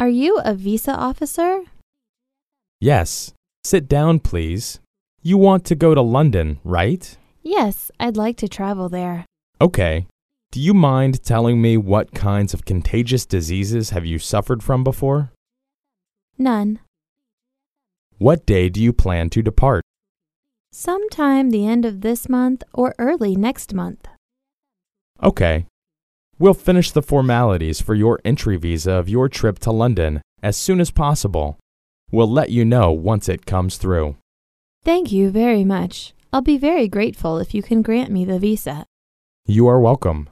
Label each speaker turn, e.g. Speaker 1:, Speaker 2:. Speaker 1: Are you a visa officer?
Speaker 2: Yes. Sit down, please. You want to go to London, right?
Speaker 1: Yes, I'd like to travel there.
Speaker 2: Okay. Do you mind telling me what kinds of contagious diseases have you suffered from before?
Speaker 1: None.
Speaker 2: What day do you plan to depart?
Speaker 1: Sometime the end of this month or early next month.
Speaker 2: Okay. We'll finish the formalities for your entry visa of your trip to London as soon as possible. We'll let you know once it comes through.
Speaker 1: Thank you very much. I'll be very grateful if you can grant me the visa.
Speaker 2: You are welcome.